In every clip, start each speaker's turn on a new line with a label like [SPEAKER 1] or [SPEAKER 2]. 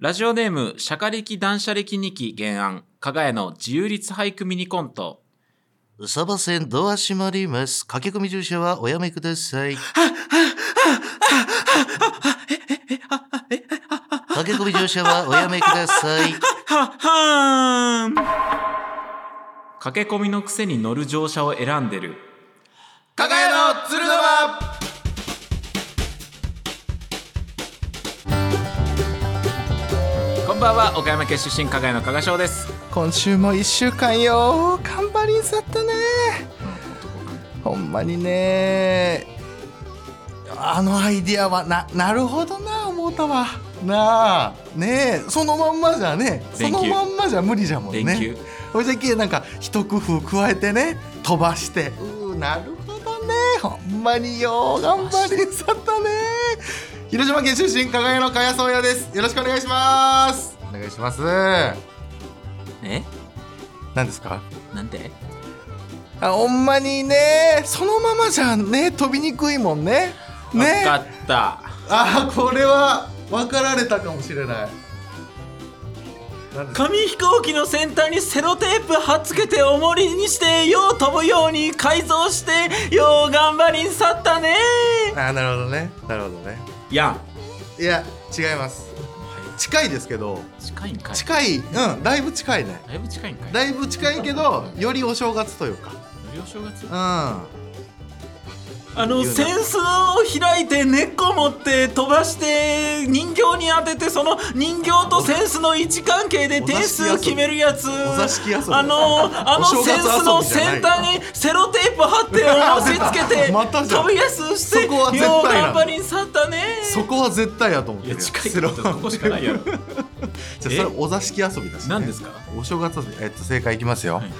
[SPEAKER 1] ラジオネーム、釈迦歴断捨歴2期原案、加賀屋の自由律俳句ミニコント。
[SPEAKER 2] うさば線ドア閉まります。駆け込み乗車はおやめください。駆け込み乗車はおやめください。
[SPEAKER 1] は、はーん駆け込みのくせに乗る乗車を選んでる。加賀屋の鶴の間こんばんは、岡山県出身加賀屋の加賀翔です。
[SPEAKER 3] 今週も一週間よ頑張りんさったねほんまにねあのアイディアはななるほどな思ったわなあねえそのまんまじゃねそ
[SPEAKER 1] 電球
[SPEAKER 3] のまんまじゃ無理じゃもん
[SPEAKER 1] 電球
[SPEAKER 3] ねほいじゃきなんか一工夫加えてね飛ばしてうーなるほどねほんまによ頑張りんさったね広島県出身加賀屋の加谷宗也ですよろしくお願いしますお願いします
[SPEAKER 1] え
[SPEAKER 3] 何ですか
[SPEAKER 1] なんで
[SPEAKER 3] あほんまにねそのままじゃね飛びにくいもんね
[SPEAKER 1] わ
[SPEAKER 3] ね
[SPEAKER 1] かった。
[SPEAKER 3] あこれは分かられたかもしれないなんですか
[SPEAKER 1] 紙飛行機の先端にセロテープ貼っつけて重りにしてよう飛ぶように改造してよう頑張りんさったね
[SPEAKER 3] あなるほどねなるほどね
[SPEAKER 1] やん
[SPEAKER 3] いや違います近いですけど
[SPEAKER 1] 近いんかい
[SPEAKER 3] 近いうんだいぶ近いね
[SPEAKER 1] だいぶ近いんかい
[SPEAKER 3] だいぶ近いけどよりお正月というか
[SPEAKER 1] 無料正月
[SPEAKER 3] う
[SPEAKER 1] あの
[SPEAKER 3] 言うな
[SPEAKER 1] 扇子を開いて根っこ持って飛ばして人形に当ててその人形と扇子の位置関係で点数を決めるやつ
[SPEAKER 3] お座敷遊び
[SPEAKER 1] あのあの
[SPEAKER 3] お正
[SPEAKER 1] 扇子の
[SPEAKER 3] 月遊びじゃない
[SPEAKER 1] 先端にセロテープ貼って重しつけて
[SPEAKER 3] またじゃん
[SPEAKER 1] 飛びやすして
[SPEAKER 3] そこは絶対
[SPEAKER 1] よ
[SPEAKER 3] な
[SPEAKER 1] うん
[SPEAKER 3] だ
[SPEAKER 1] 頑張りに去ったね
[SPEAKER 3] んそこは絶対やと思って
[SPEAKER 1] い
[SPEAKER 3] る
[SPEAKER 1] や
[SPEAKER 3] ん
[SPEAKER 1] 近い
[SPEAKER 3] セロ
[SPEAKER 1] けどそこしかないや ろ
[SPEAKER 3] じゃあそれお座敷遊びだし、ね、
[SPEAKER 1] 何ですか
[SPEAKER 3] お正月遊びえっと正解いきますよ、
[SPEAKER 1] はい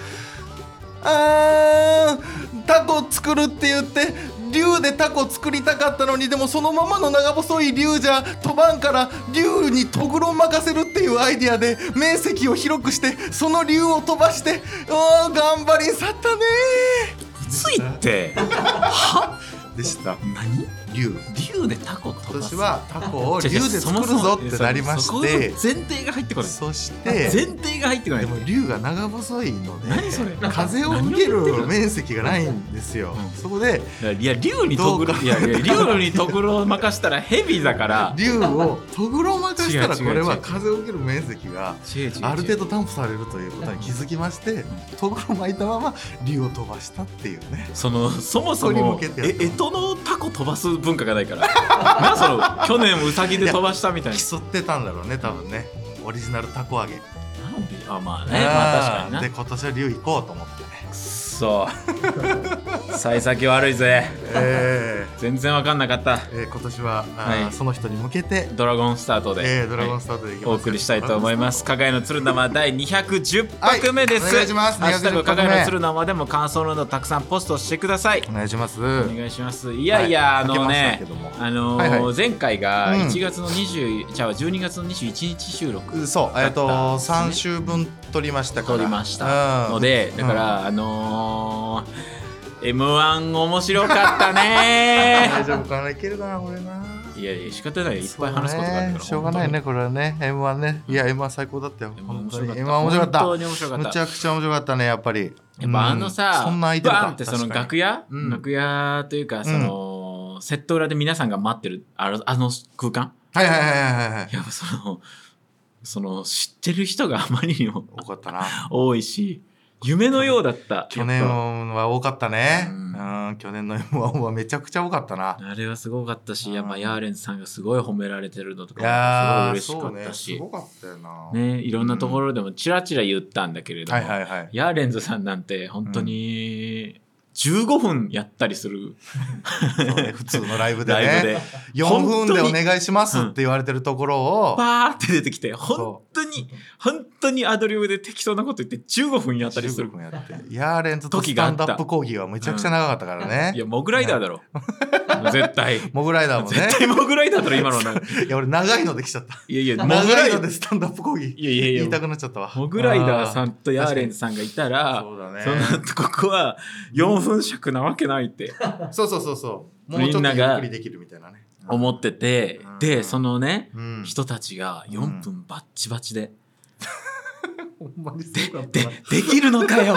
[SPEAKER 3] あータコ作るって言って竜でタコ作りたかったのにでもそのままの長細い竜じゃ飛ばんから竜にトグロ任せるっていうアイディアで面積を広くしてその竜を飛ばしてうわー頑張り去ったね
[SPEAKER 1] ついって
[SPEAKER 3] ーでした
[SPEAKER 1] 何
[SPEAKER 3] 竜
[SPEAKER 1] 竜でタコ飛
[SPEAKER 3] 今
[SPEAKER 1] ばす
[SPEAKER 3] 年はタコを
[SPEAKER 1] 違
[SPEAKER 3] 竜
[SPEAKER 1] う違
[SPEAKER 3] で
[SPEAKER 1] う
[SPEAKER 3] 作るぞってなりま
[SPEAKER 1] そもそ
[SPEAKER 3] し
[SPEAKER 1] もそこの
[SPEAKER 3] て
[SPEAKER 1] 前提が入ってこない
[SPEAKER 3] そし
[SPEAKER 1] 前
[SPEAKER 3] て
[SPEAKER 1] 提が入ってこな
[SPEAKER 3] で
[SPEAKER 1] い
[SPEAKER 3] も竜が長細いので
[SPEAKER 1] 何それ
[SPEAKER 3] 風を受ける面積がないんですよ
[SPEAKER 1] うん。
[SPEAKER 3] そこで
[SPEAKER 1] いや竜にとぐろ
[SPEAKER 3] どう
[SPEAKER 1] いやいや竜にとぐろを任したらヘビだから
[SPEAKER 3] 竜をとぐろ任したら
[SPEAKER 1] 違
[SPEAKER 3] こ
[SPEAKER 1] う違う違う
[SPEAKER 3] れは風を受ける面積が
[SPEAKER 1] 違う違う違う
[SPEAKER 3] ある程度担保されるということに気づきましてとぐろ巻いたまま竜を飛ばしたっていうね
[SPEAKER 1] そのそもそ
[SPEAKER 3] そこに
[SPEAKER 1] も
[SPEAKER 3] 向けてやっ
[SPEAKER 1] え
[SPEAKER 3] て
[SPEAKER 1] えとのタコ飛ばす文化がないから なんかその去年ウサギで飛ばしたみたいな
[SPEAKER 3] 競ってたんだろうね多分ねオリジナルたこ揚げ
[SPEAKER 1] なんであまあねまあ確かに
[SPEAKER 3] で
[SPEAKER 1] な
[SPEAKER 3] 今年は竜行こうと思ってね
[SPEAKER 1] くっそ幸先悪いぜ
[SPEAKER 3] えー
[SPEAKER 1] 全然わかんなかった
[SPEAKER 3] えー今年はあ
[SPEAKER 1] は
[SPEAKER 3] ー
[SPEAKER 1] い
[SPEAKER 3] その人に向けて
[SPEAKER 1] ドラゴンスタートで、
[SPEAKER 3] えードラゴン
[SPEAKER 1] は
[SPEAKER 3] スタートでい
[SPEAKER 1] い
[SPEAKER 3] きます
[SPEAKER 1] お送りしたいと思います。加賀屋の鶴生第210
[SPEAKER 3] はい
[SPEAKER 1] 拍目です。
[SPEAKER 3] お願いします
[SPEAKER 1] ハッシュタグ
[SPEAKER 3] 210
[SPEAKER 1] 加
[SPEAKER 3] 拍目
[SPEAKER 1] 賀屋の鶴生でも感想などたくさんポストしてください。
[SPEAKER 3] お願いします
[SPEAKER 1] お願いします。いやいや、あ
[SPEAKER 3] はい
[SPEAKER 1] のね
[SPEAKER 3] 書けましたけども、
[SPEAKER 1] あの
[SPEAKER 3] はいは
[SPEAKER 1] ー
[SPEAKER 3] い
[SPEAKER 1] 前回が
[SPEAKER 3] うん
[SPEAKER 1] 1月の20、じゃあ12月の21日収録
[SPEAKER 3] そう、えっ
[SPEAKER 1] だ
[SPEAKER 3] と、
[SPEAKER 1] ったんですね
[SPEAKER 3] 三週分取りましたから。
[SPEAKER 1] 撮りましたので、
[SPEAKER 3] うん
[SPEAKER 1] だからあのー M1 面白かったね
[SPEAKER 3] うん 大丈夫かな、いけるかな、これな。
[SPEAKER 1] いやいや仕方ないよいっぱい話すことがあるから、
[SPEAKER 3] そうねしょうがないね、これはね、M1 ね、いや、M1 最高だったよ。
[SPEAKER 1] M1
[SPEAKER 3] 本
[SPEAKER 1] 面
[SPEAKER 3] 当
[SPEAKER 1] 白
[SPEAKER 3] に
[SPEAKER 1] かった
[SPEAKER 3] M1 面白かった。
[SPEAKER 1] 本当に面白かった
[SPEAKER 3] むちゃくちゃ面白かったね、やっぱり。
[SPEAKER 1] やっぱあのさ、
[SPEAKER 3] うんそんな相手
[SPEAKER 1] バンってその楽屋、
[SPEAKER 3] うん
[SPEAKER 1] 楽屋というかその、セット裏で皆さんが待ってるあのあの空間
[SPEAKER 3] はいはいはいはいはい。
[SPEAKER 1] やっぱそのその知ってる人があまりにも
[SPEAKER 3] 多かったな。
[SPEAKER 1] 多いし夢のようだった
[SPEAKER 3] 去年
[SPEAKER 1] やっ
[SPEAKER 3] は多かったね。
[SPEAKER 1] う
[SPEAKER 3] うんん、去年の M1 はめちゃくちゃ多かったな
[SPEAKER 1] ぱ。あれはすごかったし、
[SPEAKER 3] うん
[SPEAKER 1] やっぱヤーレンズさんがすごい褒められてるのと
[SPEAKER 3] い
[SPEAKER 1] か
[SPEAKER 3] や
[SPEAKER 1] も
[SPEAKER 3] ー、
[SPEAKER 1] すごい
[SPEAKER 3] そう
[SPEAKER 1] 嬉しかっ
[SPEAKER 3] ね、
[SPEAKER 1] た
[SPEAKER 3] す
[SPEAKER 1] し、
[SPEAKER 3] ごかったよな。
[SPEAKER 1] ねいろんなところでもチラチラ言ったんだけれども、
[SPEAKER 3] はいはい はい。
[SPEAKER 1] ヤーレンズさんなんて本当に15分やったりする
[SPEAKER 3] そうね普通のライブで
[SPEAKER 1] ライブ
[SPEAKER 3] ね
[SPEAKER 1] で。
[SPEAKER 3] 4分でお願いしますって言われてるところを、
[SPEAKER 1] バーって出てきて、本当に、本当にアドリブで適当なこと言って15分やったりする
[SPEAKER 3] 15。分やってヤーレンズとスタンドアップ講義はめちゃくちゃ長かったからね、
[SPEAKER 1] いや、モグライダーだろ。絶対。
[SPEAKER 3] モグライダーもね
[SPEAKER 1] 絶対モグライダーだろ、今のなんか。
[SPEAKER 3] いや俺長いので来ちゃった
[SPEAKER 1] いやいや、モグ
[SPEAKER 3] 長
[SPEAKER 1] ライ
[SPEAKER 3] い
[SPEAKER 1] ダ
[SPEAKER 3] の
[SPEAKER 1] ー
[SPEAKER 3] でスタンドアップ講義
[SPEAKER 1] いやいやいや
[SPEAKER 3] 言いたくなっちゃったわ
[SPEAKER 1] モグライダーさ
[SPEAKER 3] ん
[SPEAKER 1] んとヤーレンズさんがいたら、
[SPEAKER 3] そうだね
[SPEAKER 1] そのここは4分尺なわけないって。
[SPEAKER 3] そうそうそうそうもうちょっとゆっくりできるみたいなね
[SPEAKER 1] 思ってて、
[SPEAKER 3] うん
[SPEAKER 1] でそのね、
[SPEAKER 2] うん
[SPEAKER 1] 人たちが4分バッチバチで、
[SPEAKER 4] ほんまにすごかっ
[SPEAKER 1] でできるのかよ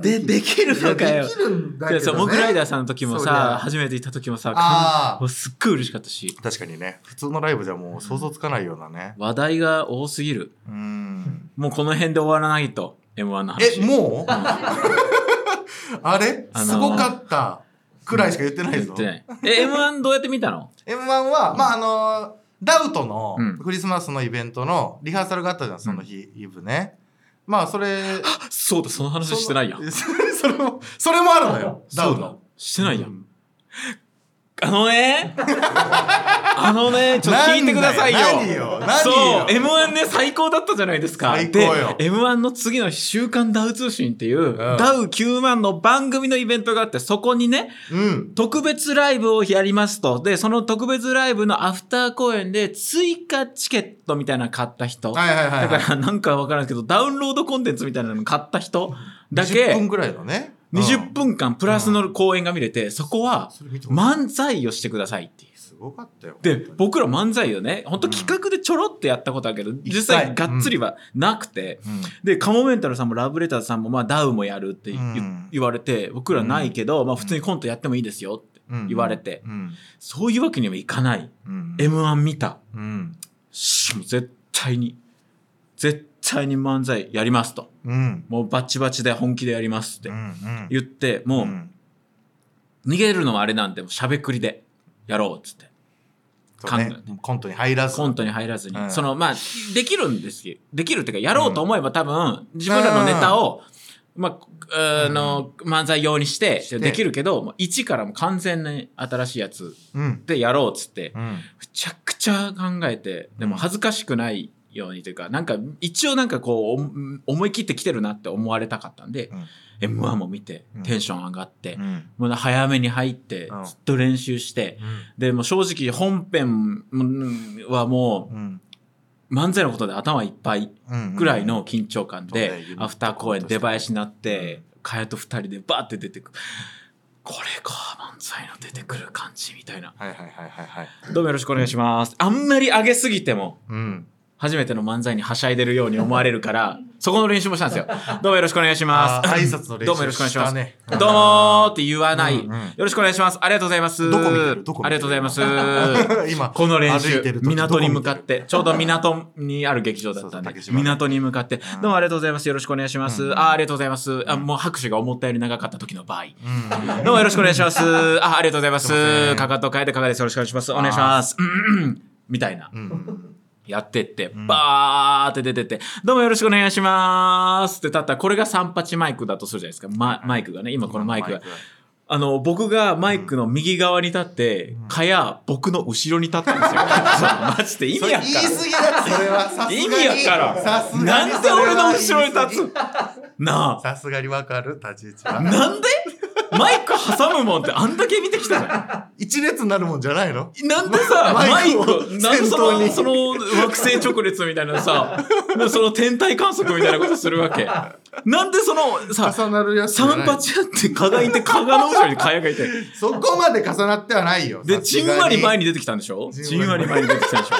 [SPEAKER 1] でできる
[SPEAKER 4] た
[SPEAKER 1] のか
[SPEAKER 4] いや
[SPEAKER 1] よ
[SPEAKER 4] できるんだ
[SPEAKER 1] い
[SPEAKER 4] け
[SPEAKER 1] やそう
[SPEAKER 4] ど
[SPEAKER 1] モグライ
[SPEAKER 4] ね
[SPEAKER 1] ダーさんの時も
[SPEAKER 4] そりゃ
[SPEAKER 1] さ初めて行った時もさ
[SPEAKER 4] あー
[SPEAKER 1] もうすっごい嬉しかったし
[SPEAKER 2] 確かにね普通のライブじゃもう想像つかないようなね
[SPEAKER 1] 話題が多すぎる
[SPEAKER 2] うん
[SPEAKER 1] もうこの辺で終わらないと m 1の話
[SPEAKER 2] えもう あれ
[SPEAKER 1] あのー
[SPEAKER 2] すごかったくらいしか言ってない
[SPEAKER 1] 言
[SPEAKER 2] ぞ
[SPEAKER 1] ってないえ m 1どうやって見たの
[SPEAKER 2] M1 は、まあ、あのーダウトの
[SPEAKER 1] うん
[SPEAKER 2] クリスマスのイベントのリハーサルがあったじゃん、その日、イブね。まあ、それ、
[SPEAKER 1] そうだその 話してないやん
[SPEAKER 2] そのそれも、それもあるのよ、ダ
[SPEAKER 1] そ
[SPEAKER 2] ウ
[SPEAKER 1] うだ
[SPEAKER 2] ト。
[SPEAKER 1] してないやん、あの ねあのねちょっと聞いてくださいよ
[SPEAKER 2] 何よ、
[SPEAKER 1] そう
[SPEAKER 2] 何よ。
[SPEAKER 1] M1 ね、最高だったじゃないですか。
[SPEAKER 2] 最高よ
[SPEAKER 1] で、M1 の次の日週刊ダウ通信っていう、
[SPEAKER 2] ん
[SPEAKER 1] ダウ9万の番組のイベントがあって、そこにね、
[SPEAKER 2] うん。
[SPEAKER 1] 特別ライブをやりますと。で、その特別ライブのアフター公演で、追加チケットみたいなの買った人。
[SPEAKER 2] はいはいは
[SPEAKER 1] だ
[SPEAKER 2] い、は
[SPEAKER 1] か
[SPEAKER 2] い。
[SPEAKER 1] ら、なんかわからんけど、ダウンロードコンテンツみたいなの買った人だ
[SPEAKER 2] 10分
[SPEAKER 1] け、
[SPEAKER 2] ぐらいのね。
[SPEAKER 1] 20
[SPEAKER 2] うん
[SPEAKER 1] 分間プラスの公演が見れて、そこは
[SPEAKER 2] それ見てもらっ
[SPEAKER 1] 漫才をしてくださいっていう。
[SPEAKER 2] たすごかったよ。
[SPEAKER 1] で
[SPEAKER 2] 本当に、
[SPEAKER 1] 僕ら漫才をね、本当企画でちょろっとやったことあるけど、実際がっつりはなくて、
[SPEAKER 2] うん
[SPEAKER 1] で、カモメンタルさんもラブレターズさんも、まあ、ダウもやるって言,、
[SPEAKER 2] うん
[SPEAKER 1] 言われて、僕らないけど、まあ、普通にコントやってもいいですよって
[SPEAKER 2] うん
[SPEAKER 1] 言われて、
[SPEAKER 2] うん。
[SPEAKER 1] そういうわけにはいかない。
[SPEAKER 2] うん。
[SPEAKER 1] M1 見た。
[SPEAKER 2] うん。
[SPEAKER 1] しもう絶対に、絶対に漫才やりますと。
[SPEAKER 2] うん。
[SPEAKER 1] もうバチバチで本気でやりますって
[SPEAKER 2] うん。
[SPEAKER 1] 言って、もう、
[SPEAKER 2] うん
[SPEAKER 1] 逃げるのはあれなんで、もうしゃべくりでやろうっつって。
[SPEAKER 2] そうね
[SPEAKER 1] 考え
[SPEAKER 2] コントに入らず。
[SPEAKER 1] コントに入らずに、
[SPEAKER 2] うん
[SPEAKER 1] そのまあできるんですよできるっていうかやろうと思えば多分自分らのネタを、まああの漫才用にして
[SPEAKER 2] して
[SPEAKER 1] できるけどもう一からもう完全に新しいやつ
[SPEAKER 2] うん。
[SPEAKER 1] でやろうっつって、
[SPEAKER 2] うん。
[SPEAKER 1] むちゃくちゃ考えてでも恥ずかしくないようにというかなんか一応なんかこうお思い切ってきてるなって思われたかったんで、m 1も見て
[SPEAKER 2] うん
[SPEAKER 1] テンション上がって、
[SPEAKER 2] うん。
[SPEAKER 1] もう早めに入ってず
[SPEAKER 2] うん
[SPEAKER 1] っと練習して、でもう正直本編うんはもう
[SPEAKER 2] うん。
[SPEAKER 1] 漫才のことで頭いっぱい
[SPEAKER 2] うん
[SPEAKER 1] ぐらいの緊張感
[SPEAKER 2] うんうん
[SPEAKER 1] で
[SPEAKER 2] そう、ね
[SPEAKER 1] アフター公演出囃子になって、かやと二人でバーって出てくる。これか、漫才の出てくる感じみたいな。
[SPEAKER 2] はいはいはいはいはい。
[SPEAKER 1] どうもよろしくお願いします。あんまり上げすぎても、
[SPEAKER 2] うん。
[SPEAKER 1] 初めての漫才にはしゃいでるように思われるから、そこの練習もしたんですよ。どうもよろしくお願いします。
[SPEAKER 2] あー挨拶の練習
[SPEAKER 1] どうもよろしくお願いします。
[SPEAKER 2] したね
[SPEAKER 1] どうもーって言わない、
[SPEAKER 2] うんうん
[SPEAKER 1] よろしくお願いします。ありがとうございます。
[SPEAKER 2] どこ見てるどこ見てる
[SPEAKER 1] ありがとうございます。
[SPEAKER 2] 今
[SPEAKER 1] この練
[SPEAKER 2] 歩
[SPEAKER 1] 習
[SPEAKER 2] いてる時
[SPEAKER 1] 港に向かってちょうど港にある劇場だったんで
[SPEAKER 2] そうそう竹芝の
[SPEAKER 1] 港に向かって「どうもありがとうございますよろしくお願いします」あ「ありがとうございます」あもう拍手が思ったより長かった時の場合「どうもよろしくお願いします」 あ「ありがとうございます
[SPEAKER 2] すいませ」ん
[SPEAKER 1] かかと変えてかかですよろしくお願いしますお願いしますうんうんみたいな
[SPEAKER 2] うん
[SPEAKER 1] やってってバーって出てって「どうもよろしくお願いします」って立ったらこれが三八マイクだとするじゃないですかまマイクがね今このマイクが。あの、僕がマイクの右側に立って、かや、僕の後ろに立った んですよ。マジで意
[SPEAKER 2] そ
[SPEAKER 1] 味
[SPEAKER 2] れ
[SPEAKER 1] やっ
[SPEAKER 2] 言い
[SPEAKER 1] か
[SPEAKER 2] 過ぎだってそれはさすがに
[SPEAKER 1] 意味やから
[SPEAKER 2] さすがに
[SPEAKER 1] ら。なんで俺の後ろに立つな
[SPEAKER 2] さすがにわかる立ち位置
[SPEAKER 1] あ。
[SPEAKER 2] は
[SPEAKER 1] なんでマイク挟むもんってあんだけ見てきたの
[SPEAKER 2] 一列になるもんじゃないの
[SPEAKER 1] なんでさ、マ
[SPEAKER 2] マ
[SPEAKER 1] イ
[SPEAKER 2] イクを
[SPEAKER 1] ク、なんでそ
[SPEAKER 2] 先頭
[SPEAKER 1] の、
[SPEAKER 2] に
[SPEAKER 1] その惑星直列みたいな さ、その天体観測みたいなことするわけ。なんでその、さ、
[SPEAKER 2] 重なるやつじゃない
[SPEAKER 1] 三八やって、加賀いて、加賀の後ろにか やがいて。
[SPEAKER 2] そこまで重なってはないよ
[SPEAKER 1] で、
[SPEAKER 2] さ
[SPEAKER 1] じ
[SPEAKER 2] す
[SPEAKER 1] ん
[SPEAKER 2] が
[SPEAKER 1] わり前に出てきたんでしょじ
[SPEAKER 2] じ
[SPEAKER 1] ん
[SPEAKER 2] ん
[SPEAKER 1] わ
[SPEAKER 2] わ
[SPEAKER 1] り
[SPEAKER 2] り
[SPEAKER 1] 前に出てき たでしょ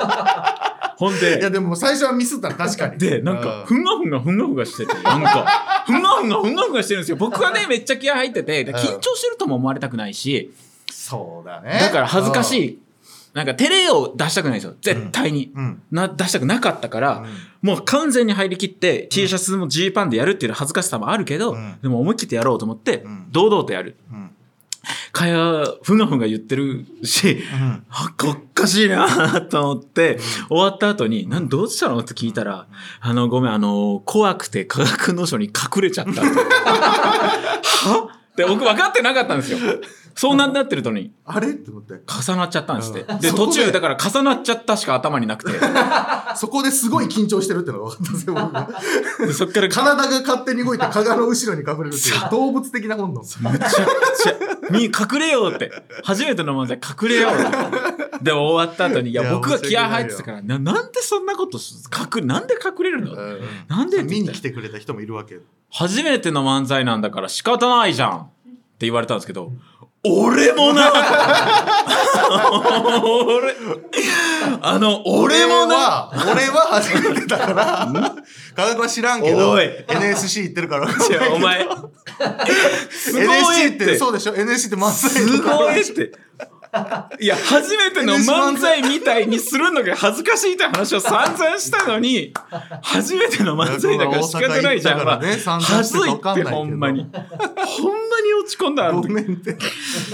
[SPEAKER 1] ほん
[SPEAKER 2] いや
[SPEAKER 1] で、
[SPEAKER 2] でも最初はミスった確かに
[SPEAKER 1] で、なんか、ふんわふんがふんわふんがしてて、なんか、ふんわふんがふんわふんがしてるんですよ。僕はね、めっちゃ気合入ってて、で
[SPEAKER 2] うん
[SPEAKER 1] 緊張してるとも思われたくないし、
[SPEAKER 2] そうだね
[SPEAKER 1] だから恥ずかし
[SPEAKER 2] い
[SPEAKER 1] い。なんか、照れを出したくないんですよ。絶対に。
[SPEAKER 2] うん
[SPEAKER 1] な出したくなかったから、もう完全に入りきって、T シャツもジーパンでやるっていう恥ずかしさもあるけど、
[SPEAKER 2] うん
[SPEAKER 1] でも思い切ってやろうと思って、
[SPEAKER 2] ん
[SPEAKER 1] 堂々とやる。
[SPEAKER 2] うん
[SPEAKER 1] かや、ふんがふんが言ってるし、
[SPEAKER 2] うん
[SPEAKER 1] あ、おっかしいなと思って、終わった後に、なん、どうしたのって聞いたら、あの、ごめん、あの、怖くて科学の書に隠れちゃ ったって。はって僕分かってなかったんですよ。そうなんなってるのに、
[SPEAKER 2] あれって思って
[SPEAKER 1] 重なっちゃったんですって。
[SPEAKER 2] うん
[SPEAKER 1] で、
[SPEAKER 2] そこ
[SPEAKER 1] 途
[SPEAKER 2] で
[SPEAKER 1] 中、だから重なっちゃったしか頭にな くて、
[SPEAKER 2] そこですごい緊張してるってのが分かったんですよ僕も
[SPEAKER 1] でそっから、
[SPEAKER 2] 体が勝手に動いて蚊がの後ろに隠れるっていう動物的な本能
[SPEAKER 1] むちゃくちゃ、み、隠れようって。初めての漫才隠れようって。で、終わった後に、い
[SPEAKER 2] い
[SPEAKER 1] や、
[SPEAKER 2] や
[SPEAKER 1] 僕が気合入ってたから、な、なんでそんなことす、隠、なんで隠れるのなんでって言
[SPEAKER 2] 見
[SPEAKER 1] った
[SPEAKER 2] に
[SPEAKER 1] ら
[SPEAKER 2] 来てくれた人もいるわけ
[SPEAKER 1] 初めての漫才なんだから仕方ないじゃんって言われたんですけど、俺もな俺、 あの、俺もな
[SPEAKER 3] は、俺は初めてだから、科学は知らんけど、
[SPEAKER 1] おい
[SPEAKER 3] NSC 行ってるから。
[SPEAKER 1] 違うお前、すご
[SPEAKER 3] NSC
[SPEAKER 1] い
[SPEAKER 3] っ
[SPEAKER 1] って
[SPEAKER 3] て、、そうでしょ ?NSC って漫才
[SPEAKER 1] す
[SPEAKER 3] とか
[SPEAKER 1] ごいって。いや、初めての漫才みたいにするのが恥ずかしいって話を散々したのに、初めての漫才だから仕方ないじゃん。
[SPEAKER 3] 大阪行ったからね散々
[SPEAKER 1] 恥
[SPEAKER 3] し
[SPEAKER 1] ず
[SPEAKER 3] て
[SPEAKER 1] い
[SPEAKER 3] た
[SPEAKER 1] っ
[SPEAKER 3] か
[SPEAKER 1] て、
[SPEAKER 3] 分かんないけど
[SPEAKER 1] ほんまに。ほんまに落ち込んだ、あの
[SPEAKER 3] ご
[SPEAKER 1] 時
[SPEAKER 3] めんって。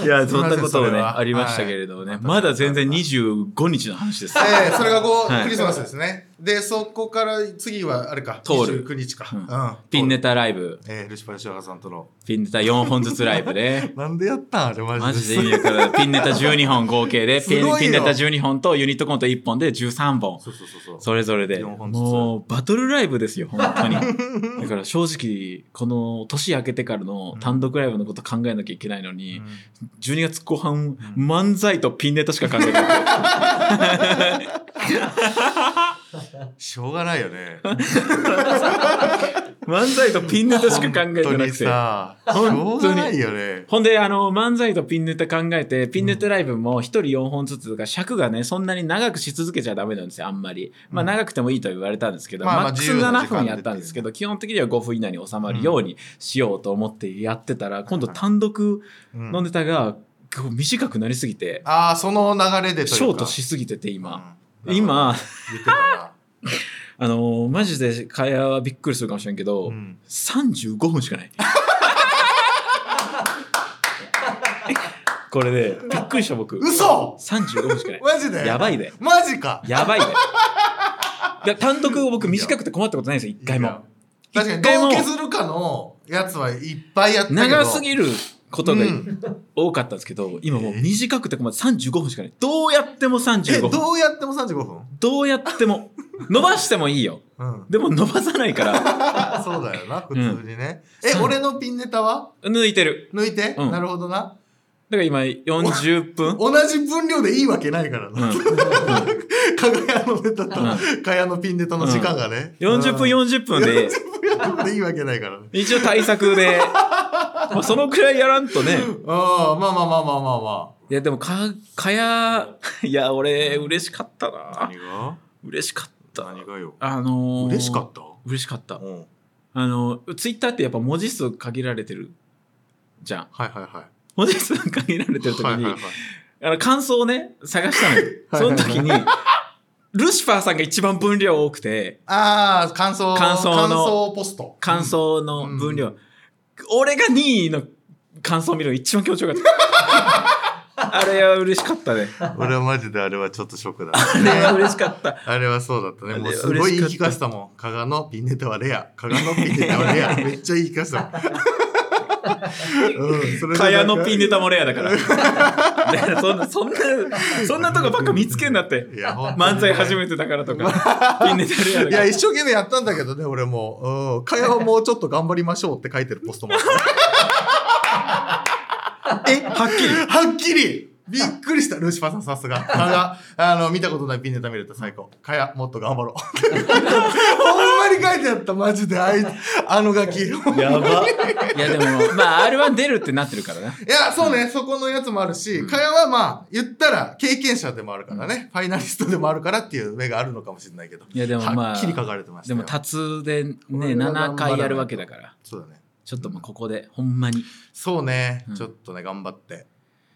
[SPEAKER 1] いや、そんなこと
[SPEAKER 3] すいません
[SPEAKER 1] も
[SPEAKER 3] それ
[SPEAKER 1] ね、
[SPEAKER 3] は
[SPEAKER 1] ありましたけれどもね、まだ全然25日の話です。
[SPEAKER 3] ええそれがこう、
[SPEAKER 1] はい
[SPEAKER 3] クリスマスですね。で、そこから次は、あれか、
[SPEAKER 1] 通る
[SPEAKER 3] 29日か。
[SPEAKER 1] う
[SPEAKER 3] うんん。
[SPEAKER 1] ピンネタライブ、
[SPEAKER 3] ええルシファーシュワさんとの。、
[SPEAKER 1] ピンネタ4本ずつライブで
[SPEAKER 3] なんでやったんあれマ
[SPEAKER 1] マ
[SPEAKER 3] ジ
[SPEAKER 1] ジ
[SPEAKER 3] で。
[SPEAKER 1] で意味わからないピンネタ12本合計で、ピ
[SPEAKER 3] すごい
[SPEAKER 1] ン
[SPEAKER 3] よ
[SPEAKER 1] ピンネタ12本とユニットコント1本で13本。
[SPEAKER 3] そうそうそうそう。
[SPEAKER 1] それぞれで。
[SPEAKER 3] 4本ずつ
[SPEAKER 1] もう、バトルライブですよ、本当 に。だから正直、この年明けてからの単独ライブのこと考えなきゃいけないのに、12月後半、漫才とピンネタしか考えてない。
[SPEAKER 3] しょうがないよ ね。
[SPEAKER 1] 漫才とピンネタしか考えて
[SPEAKER 3] 本当
[SPEAKER 1] な
[SPEAKER 3] に
[SPEAKER 1] くて。
[SPEAKER 3] さ、し
[SPEAKER 1] 本当に
[SPEAKER 3] ょうがないよね。
[SPEAKER 1] ほんで、あの、漫才とピンネタ考えて、ピンネタライブも一人4本ずつとか、尺がね、そんなに長くし続けちゃダメなんですよ、あんまり。まあ、長くてもいいとは言われたんですけど、
[SPEAKER 3] まあまあ
[SPEAKER 1] マックス
[SPEAKER 3] 自由な
[SPEAKER 1] 7
[SPEAKER 3] 時間
[SPEAKER 1] 分
[SPEAKER 3] で
[SPEAKER 1] やったんですけど、基本的には5分以内に収まるようにしようと思ってやってたら、今度単独
[SPEAKER 3] うん
[SPEAKER 1] のネタがこう短くなりすぎて、
[SPEAKER 3] ああ、その流れでというか。
[SPEAKER 1] ショートしすぎてて、今。
[SPEAKER 3] うん
[SPEAKER 1] 今、
[SPEAKER 3] 言ってたな。
[SPEAKER 1] あのーマジで会話はびっくりするかもしれんけど、
[SPEAKER 3] ん
[SPEAKER 1] 35分しかない。これで、 びっくりした僕。
[SPEAKER 3] 嘘
[SPEAKER 1] !35 分しかない。
[SPEAKER 3] マジで
[SPEAKER 1] やばいで。
[SPEAKER 3] マジか
[SPEAKER 1] やばいで。で単独を僕短くて困ったことないんですよ、一回も。
[SPEAKER 3] 確かに
[SPEAKER 1] 一回も
[SPEAKER 3] どう削るかのやつはいっぱいやったけど
[SPEAKER 1] 長すぎることが
[SPEAKER 3] うん
[SPEAKER 1] 多かったんですけど、今もう短くて困って35分しかない。どうやっても
[SPEAKER 3] え
[SPEAKER 1] 35分。
[SPEAKER 3] どうやっても35分
[SPEAKER 1] どうやっても。伸ばしてもいいよ。
[SPEAKER 3] うん
[SPEAKER 1] でも伸ばさないから、
[SPEAKER 3] そうだよな普通にね、
[SPEAKER 1] うん
[SPEAKER 3] え俺のピンネタは
[SPEAKER 1] 抜いてる。
[SPEAKER 3] 抜いて、
[SPEAKER 1] うん
[SPEAKER 3] なるほどな
[SPEAKER 1] だから今40分。
[SPEAKER 3] 同じ分量でいいわけないから
[SPEAKER 1] う
[SPEAKER 3] な、
[SPEAKER 1] ん
[SPEAKER 3] かがやのネタ
[SPEAKER 1] う
[SPEAKER 3] とかやのピンネタの時間がね、
[SPEAKER 1] 40分
[SPEAKER 3] うん
[SPEAKER 1] 40分で、
[SPEAKER 3] 40分でいいわけないからね
[SPEAKER 1] 一応対策で、まあそのくらいやらんとね。
[SPEAKER 3] ああまあまあまあまあまあま
[SPEAKER 1] いや、でも、か、かや、いや、俺、嬉しかったな。
[SPEAKER 3] が
[SPEAKER 1] 嬉しかった。
[SPEAKER 3] がよ
[SPEAKER 1] あのー、
[SPEAKER 3] 嬉しかった
[SPEAKER 1] 嬉しかった。
[SPEAKER 3] うんはい
[SPEAKER 1] あの、ツイッターってやっぱ文字数限られてるじゃん。
[SPEAKER 3] はいはい
[SPEAKER 1] 文字数限られてる時
[SPEAKER 3] はい
[SPEAKER 1] に
[SPEAKER 3] はいはい、
[SPEAKER 1] あの、感想をね、探したのよ。その時に、ルシファーさんが一番分量多くて、
[SPEAKER 3] ああ感想
[SPEAKER 1] 感想の
[SPEAKER 3] 感想ポスト
[SPEAKER 1] 感想の分量、
[SPEAKER 3] う
[SPEAKER 1] 俺が2位の感想を見るのが一番気持ちよかった。あれは嬉しかったね。
[SPEAKER 3] 俺はマジであれはちょっとショ ックだ。
[SPEAKER 1] あれは嬉しかった。
[SPEAKER 3] あれはそうだったね。もうす
[SPEAKER 1] あれは
[SPEAKER 3] ごい
[SPEAKER 1] 嬉し
[SPEAKER 3] 言
[SPEAKER 1] か
[SPEAKER 3] い
[SPEAKER 1] った
[SPEAKER 3] 聞かせたもん。加賀のピンネタはレア。加賀のピンネタはレア。めっちゃ言い聞かせたもん。うん、それでなんか
[SPEAKER 1] 蚊帳のピンネタもレアだから。だからそんな、そんな、そんなとこばっか見つけんなって。
[SPEAKER 3] いや、ほんとに
[SPEAKER 1] 漫才初めてだからとか、ピンネタレアだか
[SPEAKER 3] いや、
[SPEAKER 1] ら。
[SPEAKER 3] 一生懸命やったんだけどね、俺も。うん。かやはもうちょっと頑張りましょうって書いてるポストもあった。
[SPEAKER 1] え、はっきり。
[SPEAKER 3] はっきりびっくりした、ルシファーさん、さすが。かや、あの、見たことないピンネタ見れた最高。かや、もっ と頑張ろう。ほんまに書いてあった、マジで。あいあのガキ。
[SPEAKER 1] やば。いやでも、まあ R1 出るってなってるからな。
[SPEAKER 3] いや、そうね、そこのやつもあるし、かやはまあ、言ったら経験者でもあるからね、ファイナリストでもあるからっていう目があるのかもしれないけど。
[SPEAKER 1] いやでもまあ
[SPEAKER 3] はっきり書かれてました
[SPEAKER 1] でも、
[SPEAKER 3] よ。
[SPEAKER 1] タツでね、
[SPEAKER 3] れが
[SPEAKER 1] 7回やるわけだから。
[SPEAKER 3] そうだね。
[SPEAKER 1] ちょっともうここで、ほんまに。
[SPEAKER 3] そうね、
[SPEAKER 1] うん
[SPEAKER 3] ちょっとね、頑張って、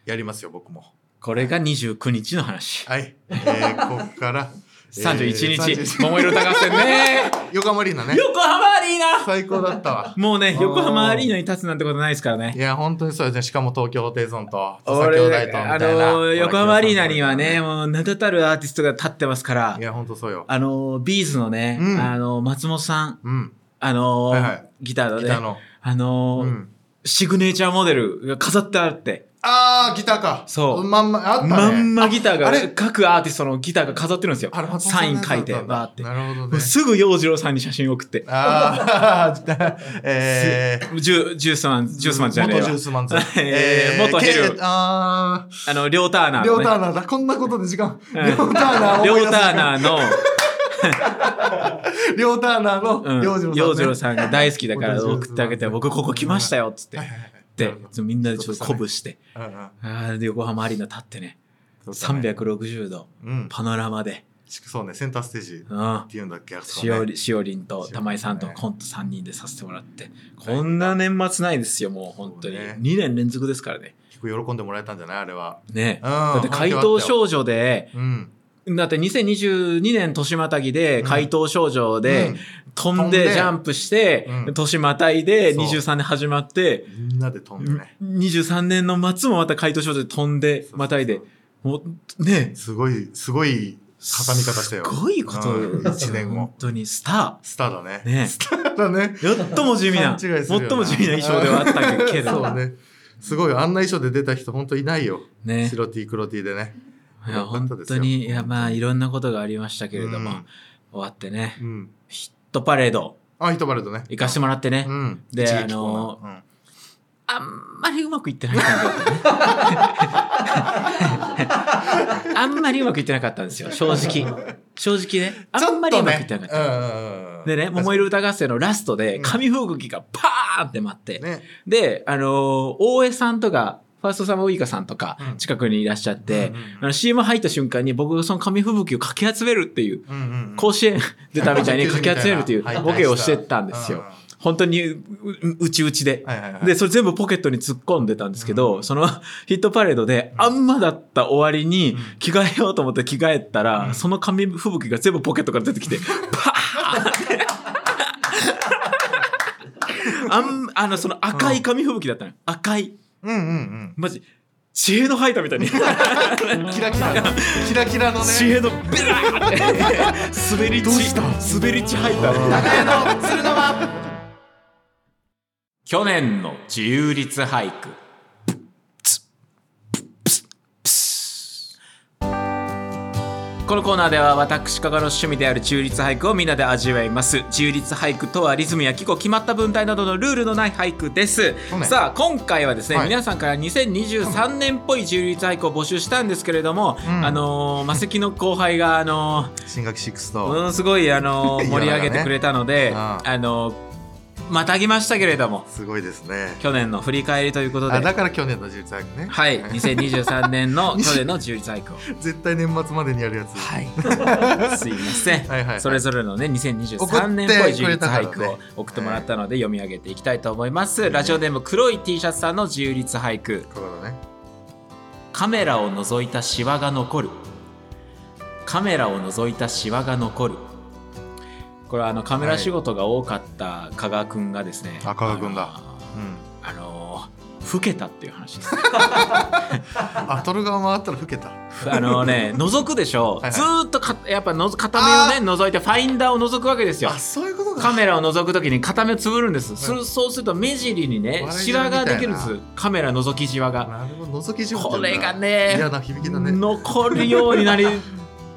[SPEAKER 3] やりますよ、僕も。
[SPEAKER 1] これが29日の話。
[SPEAKER 3] はい。えー、ここから。
[SPEAKER 1] 31
[SPEAKER 3] えー
[SPEAKER 1] 日、
[SPEAKER 3] 31
[SPEAKER 1] 桃色高瀬ね。
[SPEAKER 3] 横浜アリーナね。
[SPEAKER 1] 横浜アリーナ
[SPEAKER 3] 最高だったわ。
[SPEAKER 1] もうね、横浜アリーナに立つなんてことないですからね
[SPEAKER 3] い。や、本当にそうですね。しかも東京ホテイソンと、土佐
[SPEAKER 1] 俺
[SPEAKER 3] 兄弟とみたいな。
[SPEAKER 1] あのー横浜アリーナにはね、
[SPEAKER 3] 小田
[SPEAKER 1] もう名だたるアーティストが立ってますから
[SPEAKER 3] 切さんとかね。い、や、本当そうよ。
[SPEAKER 1] あのー、ビーズのね、
[SPEAKER 3] うん
[SPEAKER 1] あのー、松本さん、
[SPEAKER 3] うん。
[SPEAKER 1] あのー
[SPEAKER 3] はいはい
[SPEAKER 1] ギターの
[SPEAKER 3] ギ
[SPEAKER 1] ね、
[SPEAKER 3] ターの。
[SPEAKER 1] あのー
[SPEAKER 3] うん
[SPEAKER 1] シグネチャーモデルが飾ってあって、
[SPEAKER 3] あー、ギターか。
[SPEAKER 1] そう
[SPEAKER 3] まんま、あったね。
[SPEAKER 1] まんまギター
[SPEAKER 3] あ
[SPEAKER 1] が
[SPEAKER 3] あれ、
[SPEAKER 1] 各アーティストのギターが飾ってるんですよ
[SPEAKER 3] あれ。松本
[SPEAKER 1] サ
[SPEAKER 3] さん
[SPEAKER 1] イ
[SPEAKER 3] の
[SPEAKER 1] ン
[SPEAKER 3] やつ
[SPEAKER 1] 書
[SPEAKER 3] だっ
[SPEAKER 1] いて、
[SPEAKER 3] たんだ
[SPEAKER 1] バーって。
[SPEAKER 3] なるほど
[SPEAKER 1] もう
[SPEAKER 3] ね。
[SPEAKER 1] すぐ洋次郎さんに写真送って。
[SPEAKER 3] あー、 えー、
[SPEAKER 1] ジュジュースマン、ジュースマンじゃねえ
[SPEAKER 3] 元
[SPEAKER 1] わ。
[SPEAKER 3] ジュースマンズ
[SPEAKER 1] えー元ヘル
[SPEAKER 3] けあー、
[SPEAKER 1] あの、リョーターナー
[SPEAKER 3] 両
[SPEAKER 1] の、ね。
[SPEAKER 3] ターナーだ。こんなことで時間。
[SPEAKER 1] ん
[SPEAKER 3] 両ターナー
[SPEAKER 1] リ
[SPEAKER 3] 思い
[SPEAKER 1] ョー
[SPEAKER 3] 出す
[SPEAKER 1] ターナーの、
[SPEAKER 3] 両ターナー
[SPEAKER 1] う
[SPEAKER 3] の
[SPEAKER 1] ん
[SPEAKER 3] 洋次郎さんね。
[SPEAKER 1] 洋次郎さんが大好きだから
[SPEAKER 3] 洋次郎さん
[SPEAKER 1] 送ってあげて、僕ここ来ましたよ、っつって。って
[SPEAKER 3] うん、
[SPEAKER 1] みんなでちょっと鼓舞して、
[SPEAKER 3] うんうん
[SPEAKER 1] あーで横浜アリーナ立ってね、
[SPEAKER 3] そうだね
[SPEAKER 1] 360度、
[SPEAKER 3] うん
[SPEAKER 1] パノラマで、
[SPEAKER 3] そうねセンターステージっ
[SPEAKER 1] うん。
[SPEAKER 3] ていうんだっけあそこ
[SPEAKER 1] しお
[SPEAKER 3] ね
[SPEAKER 1] り、しおりんと玉井さんとコント3人でさせてもらって、こんな年末ないですよ、もう本当に。
[SPEAKER 3] そうね
[SPEAKER 1] 2年連続ですからね。
[SPEAKER 3] 結構喜んでもらえたんじゃないあれは
[SPEAKER 1] ね。
[SPEAKER 3] うん
[SPEAKER 1] だって怪盗少女で、
[SPEAKER 3] うん
[SPEAKER 1] だって2022年年またぎで、
[SPEAKER 3] うん
[SPEAKER 1] 怪盗少女で、飛ん
[SPEAKER 3] 飛ん
[SPEAKER 1] で
[SPEAKER 3] で
[SPEAKER 1] ジャンプして、
[SPEAKER 3] うん
[SPEAKER 1] 年またいで
[SPEAKER 3] そう
[SPEAKER 1] 23年始まって、
[SPEAKER 3] うんみんなで飛んでね
[SPEAKER 1] 23年の末もまた怪盗少女で飛んで、またいで、もう、ね。
[SPEAKER 3] すごいすごい
[SPEAKER 1] 挟
[SPEAKER 3] 挟み方したよ
[SPEAKER 1] すごいこと、
[SPEAKER 3] うん一年後
[SPEAKER 1] 本当にスタ
[SPEAKER 3] スターだね
[SPEAKER 1] ー。ね。
[SPEAKER 3] スターだね
[SPEAKER 1] 最も地味 な、
[SPEAKER 3] 勘違いす
[SPEAKER 1] 最
[SPEAKER 3] るよな
[SPEAKER 1] も地味な衣装ではあったけ
[SPEAKER 3] そ
[SPEAKER 1] ど、
[SPEAKER 3] うねすごいあんな衣装で出た人本当いないよ
[SPEAKER 1] ね。
[SPEAKER 3] 白 T 黒 T でね
[SPEAKER 1] いや、
[SPEAKER 3] よかっ
[SPEAKER 1] 本
[SPEAKER 3] たです
[SPEAKER 1] 当
[SPEAKER 3] よ
[SPEAKER 1] に、いや、まあ、いろんなことがありましたけれども、
[SPEAKER 3] うん
[SPEAKER 1] 終わってね、
[SPEAKER 3] うん
[SPEAKER 1] ヒットパレード
[SPEAKER 3] あ一バレとね
[SPEAKER 1] 行かしてもらってね、
[SPEAKER 3] うん
[SPEAKER 1] で
[SPEAKER 3] 一撃コーナーうん
[SPEAKER 1] あんまりうまくいってない感じだ ったね。あんまりうまくいってなかったんですよ、正直。正直ね、あんまりうまくいってなかった。
[SPEAKER 3] た
[SPEAKER 1] でね、桃色歌合戦のラストで、紙吹雪がパーンって待って、
[SPEAKER 3] ね。
[SPEAKER 1] で、あのー大江さんとか、ファーストサマーウイカさんとか
[SPEAKER 3] う、ん
[SPEAKER 1] 近くにいらっしゃって
[SPEAKER 3] うんうんうん、
[SPEAKER 1] あの CM 入った瞬間に僕がその紙吹雪をかき集めるっていう、甲子園出たみ たいにかき集めるってい
[SPEAKER 3] はいは
[SPEAKER 1] う
[SPEAKER 3] い
[SPEAKER 1] ボケをしてたんですよ
[SPEAKER 3] はいはい。
[SPEAKER 1] 本当にうううちうちで。
[SPEAKER 3] はいはいはい
[SPEAKER 1] で、それ全部ポケットに突っ込んでたんですけ
[SPEAKER 3] う
[SPEAKER 1] ど、その ヒットパレードであんまだった終わりに
[SPEAKER 3] うん
[SPEAKER 1] 着替えようと思って着替えた
[SPEAKER 3] う
[SPEAKER 1] ら、
[SPEAKER 3] ん
[SPEAKER 1] その紙吹雪が全部ポケットから出 てきて、パーンあん、あの、その赤い紙吹雪だったのよ。赤い。
[SPEAKER 3] うんうん
[SPEAKER 1] マジ。知恵の吐いたみたいに。
[SPEAKER 3] うん。キラキラの、キラキラのね。
[SPEAKER 1] シエドベラーって滑 り地滑り地入った去年の自由律俳句このコーナーでは私加賀の趣味である中立俳句をみんなで味わいます中立俳句とはリズムや記号決まった文体などのルールのない俳句です、
[SPEAKER 3] そうね
[SPEAKER 1] さあ今回はですね、
[SPEAKER 3] はい
[SPEAKER 1] 皆さんから2023年っぽい中立俳句を募集したんですけれども、
[SPEAKER 3] ん
[SPEAKER 1] あのー魔石の後輩があのー
[SPEAKER 3] 新学シックス
[SPEAKER 1] も
[SPEAKER 3] と。
[SPEAKER 1] のすごいあの
[SPEAKER 3] いや
[SPEAKER 1] 盛り上げてくれたので、
[SPEAKER 3] ね
[SPEAKER 1] あ
[SPEAKER 3] あ
[SPEAKER 1] のまたぎましたけれども
[SPEAKER 3] すごいですね。
[SPEAKER 1] 去年の振り返りということ
[SPEAKER 3] あ、
[SPEAKER 1] で
[SPEAKER 3] だから去年の実作ね。
[SPEAKER 1] はい2023年 の去年の充実俳句を
[SPEAKER 3] 絶対年末までにやるやつ。
[SPEAKER 1] はいすいません
[SPEAKER 3] はいはいはい
[SPEAKER 1] それぞれのね2023年っぽい充実俳句を送ってもらったので読み上げていきたいと思います、ラジオネーム黒い T シャツさんの充実俳句
[SPEAKER 3] ここだね。
[SPEAKER 1] カメラを覗いたシワが残るカメラを覗いたシワが残るこれはあのカメラ仕事が多かった加賀君がですね、
[SPEAKER 3] あ加賀君だうん。
[SPEAKER 1] あのあのー老けたっていう話です
[SPEAKER 3] あ、トルが回ったら老けた。
[SPEAKER 1] あのね覗くでしょ
[SPEAKER 3] はいはい
[SPEAKER 1] ずーっとかやっぱのぞ片目をね覗いてファインダーを覗くわけですよ
[SPEAKER 3] あ、そういうことか。
[SPEAKER 1] カメラを覗くときに片目をつぶるんです、するそうすると目尻にね
[SPEAKER 3] 割れ
[SPEAKER 1] シ
[SPEAKER 3] 汁
[SPEAKER 1] ワ
[SPEAKER 3] みたいな
[SPEAKER 1] ができるんですカメラ覗きシワが
[SPEAKER 3] なるほど、覗き仕事。
[SPEAKER 1] これが。ね
[SPEAKER 3] 嫌な響きだね。
[SPEAKER 1] 残るようになり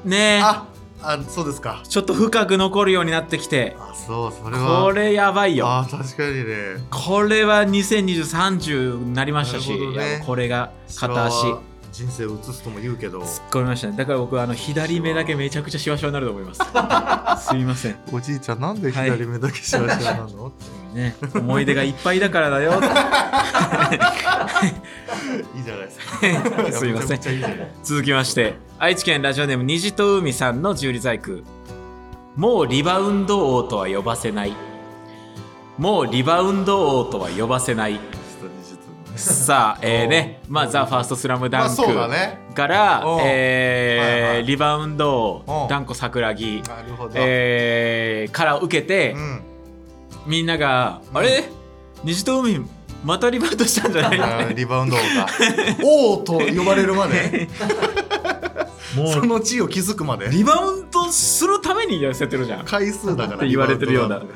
[SPEAKER 1] ね
[SPEAKER 3] あ、あ、そうですか。
[SPEAKER 1] ちょっと深く残るようになってきて
[SPEAKER 3] あ、そう、それは。
[SPEAKER 1] これやばいよ
[SPEAKER 3] あ、確かにね。
[SPEAKER 1] これは202030になりましたし、
[SPEAKER 3] なるほどね
[SPEAKER 1] いやもうこれが片足
[SPEAKER 3] 人は人生を移すとも言うけど。
[SPEAKER 1] 突っ込みましたねだから僕はあの左目だけめちゃくちゃしわしわになると思います すいません
[SPEAKER 3] おじいちゃんなんで左目だけシワシワなの、
[SPEAKER 1] ね、思い出がいっぱいだからだよ
[SPEAKER 3] い、いじゃないです か
[SPEAKER 1] すいません
[SPEAKER 3] めちゃくちゃいいじゃない
[SPEAKER 1] 続きまして愛知県ラジオネーム虹と海さんの十里細工もうリバウンド王とは呼ばせないもうリバウンド王とは呼ばせない
[SPEAKER 3] ちょっとちょっとね
[SPEAKER 1] さあえー、ねまあ「ザ・ファーストスラム
[SPEAKER 3] ま
[SPEAKER 1] ダ
[SPEAKER 3] あ
[SPEAKER 1] ンク
[SPEAKER 3] そうだね
[SPEAKER 1] から、
[SPEAKER 3] おう
[SPEAKER 1] えー
[SPEAKER 3] はいはい
[SPEAKER 1] リバウンド
[SPEAKER 3] お
[SPEAKER 1] を
[SPEAKER 3] う
[SPEAKER 1] 断固桜木、
[SPEAKER 3] なるほど、
[SPEAKER 1] えー、から受けて、
[SPEAKER 3] うん
[SPEAKER 1] みんなが「あれ虹と海またリバウンドしたんじゃない?」
[SPEAKER 3] あーリバウンド王が王と呼ばれるまで
[SPEAKER 1] も
[SPEAKER 3] その地位を築くまで
[SPEAKER 1] リバウンドするために痩せてる じゃん。
[SPEAKER 3] 回数だから
[SPEAKER 1] って言われてるような
[SPEAKER 3] リ